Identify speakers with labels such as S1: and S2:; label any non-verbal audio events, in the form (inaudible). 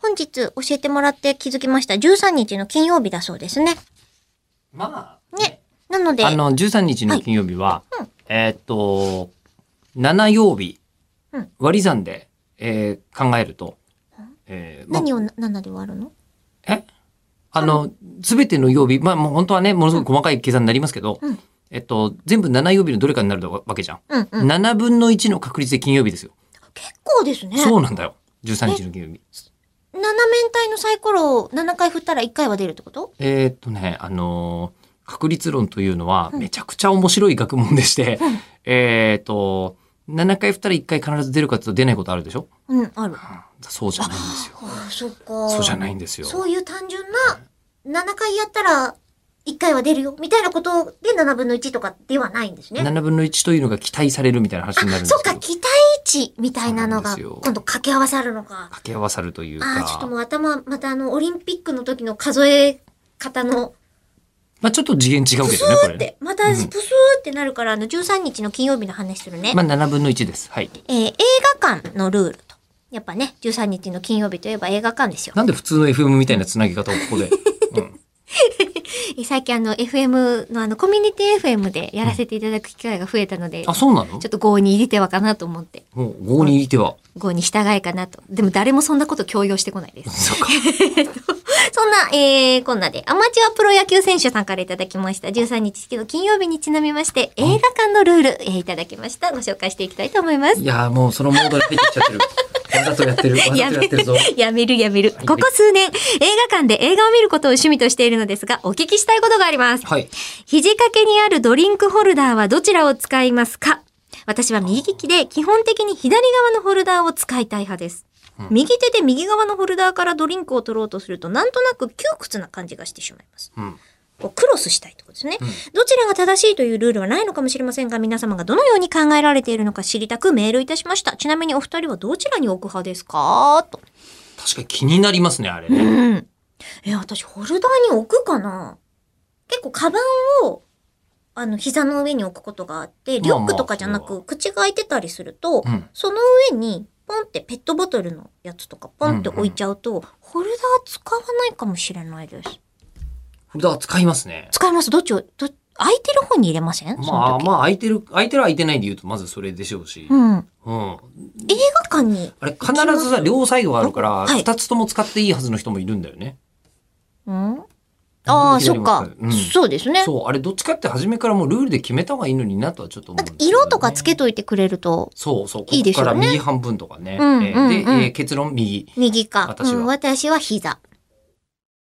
S1: 本日教えてもらって気づきました。13日の金曜日だそうですね。
S2: まあ、
S1: ね。なので、
S2: あの、13日の金曜日は、
S1: はいうん
S2: えーっと、7曜日
S1: うん、
S2: 割り算で、えー考えると、えーま
S1: 何をな7で割るの
S2: えあの、すべての曜日、まあもう本当はね、ものすごく細かい計算になりますけど、
S1: うん
S2: えっと、全部7曜日のどれかになるわけじゃん。
S1: うんうん。
S2: 7分の1の確率で金曜日ですよ。
S1: 結構ですね。
S2: そうなんだよ。13日の金曜日。
S1: 7面体のサイコロを7回振ったら1回は出るってこと
S2: えーっとね、あのー確率論というのはめちゃくちゃ面白い学問でして、えーっと、7回振ったら1回必ず出るかというと出ないことあるでしょ
S1: うん、ある。
S2: そうじゃないんですよ。
S1: ああ、そっか。
S2: そうじゃないいんですよ。
S1: そういう単純な、7回やったら1回は出るよ、みたいなことで7分の1とかではないんですね。
S2: 7分の1というのが期待されるみたいな話になるんです
S1: そっ
S2: け
S1: か、
S2: ど、
S1: 期待値みたいなのが、
S2: そうなんですよ
S1: 今度掛け合わさるのか。
S2: 掛け合わさるという
S1: ああ、ちょっと
S2: か、
S1: もう頭、またあの、オリンピックの時の数え方の、
S2: まあちょっと次元違う
S1: プ
S2: け
S1: ス
S2: どね、こ
S1: ー
S2: れ
S1: っ
S2: ね。
S1: て、またプスーってなるから、あの、13日の金曜日の話するね。
S2: まあ7分の1です。はい。
S1: えー映画館のルールと。やっぱね、13日の金曜日といえば映画館ですよ。
S2: なんで普通の FM みたいなつなぎ方をこ
S1: (laughs)
S2: こで。うん
S1: え最近あの FM のあのコミュニティ FM でやらせていただく機会が増えたので、
S2: あ、
S1: ちょ
S2: そうなの
S1: っと郷に入れてはかなと思って、
S2: もう郷に入りては。
S1: 郷に従えかなと。でも誰もそんなこと強要してこないです。
S2: そうか。
S1: (laughs) そんな、えー、こんなで、アマチュアプロ野球選手さんからいただきました。13日の金曜日にちなみまして、映画館のルール、えーいただきました。ご紹介していきたいと思います。
S2: いやーもうそのモードで出てきちゃってる。わざとやってる。わざと
S1: や
S2: や
S1: め
S2: ってる
S1: る
S2: ぞ。、
S1: やめる、
S2: (laughs)
S1: やめる。ここ数年、映画館で映画を見ることを趣味としているのですが、お聞きしたいことがあります。
S2: はい。
S1: 肘掛けにあるドリンクホルダーはどちらを使いますか私は右利きで基本的に左側のホルダーを使いたい派です。右手で右側のホルダーからドリンクを取ろうとするとなんとなく窮屈な感じがしてしまいます。
S2: うん。
S1: こうクロスしたいってことですね。どちらが正しいというルールはないのかもしれませんが皆様がどのように考えられているのか知りたくメールいたしました。ちなみにお二人はどちらに置く派ですかと。
S2: 確かに気になりますね、あれね。
S1: うん。え、私、ホルダーに置くかな結構、カバンを、あの、膝の上に置くことがあって、リュックとかじゃな
S2: まあま
S1: く、口が開いてたりすると、
S2: うん。
S1: その上に、ポンってペットボトルのやつとか、ポンって置いちゃうと、ホルダー使わないかもしれないです。
S2: ホルダー使いますね。
S1: 使いますどっちを、ど、空いてる方に入れませんそ
S2: ま
S1: の
S2: あ
S1: 時。
S2: まあ空いてる、空いてる空いてないで言うとまずそれでしょうし。
S1: うん。映
S2: うん。あ
S1: 画館に、
S2: れ必ずさ、両サイドがあるから、
S1: はい
S2: 二つとも使っていいはずの人もいるんだよね。
S1: うんああ、
S2: 左
S1: そっ
S2: も使
S1: か
S2: う、うん
S1: そうですね。
S2: そう、あれどっちかって初めからもうルールで決めた方がいいのになとはちょっと思
S1: だ
S2: う
S1: って
S2: んですけどね、
S1: 色とかつけといてくれると、
S2: そうそう、こ
S1: いいで
S2: こ
S1: すよ
S2: か
S1: ね
S2: ら右半分とかね。
S1: うん
S2: えー
S1: うんうん
S2: で、えー結論右。
S1: 右か。
S2: 私は
S1: うん、私は膝。